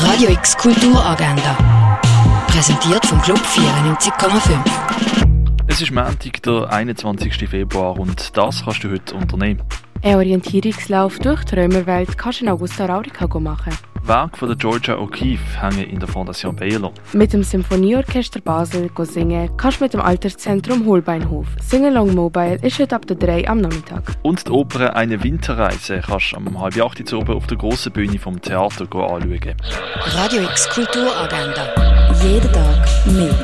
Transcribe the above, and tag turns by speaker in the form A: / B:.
A: Radio X Kulturagenda. Präsentiert vom Club 94,5.
B: Es ist Montag, der 21. Februar und das kannst du heute unternehmen.
C: Ein Orientierungslauf durch die Römerwelt kannst du in Augusta Raurica machen.
B: Werke von der Georgia O'Keeffe hängen in der Fondation Baylor.
C: Mit dem Symphonieorchester Basel go singen kannst du mit dem Alterszentrum Holbeinhof. Singalong Mobile ist heute ab der 3 am Nachmittag.
B: Und die Oper «Eine Winterreise» kannst du am halb acht Uhr oben auf der grossen Bühne vom Theater go anschauen.
A: Radio X Kulturagenda. Jeden Tag mehr.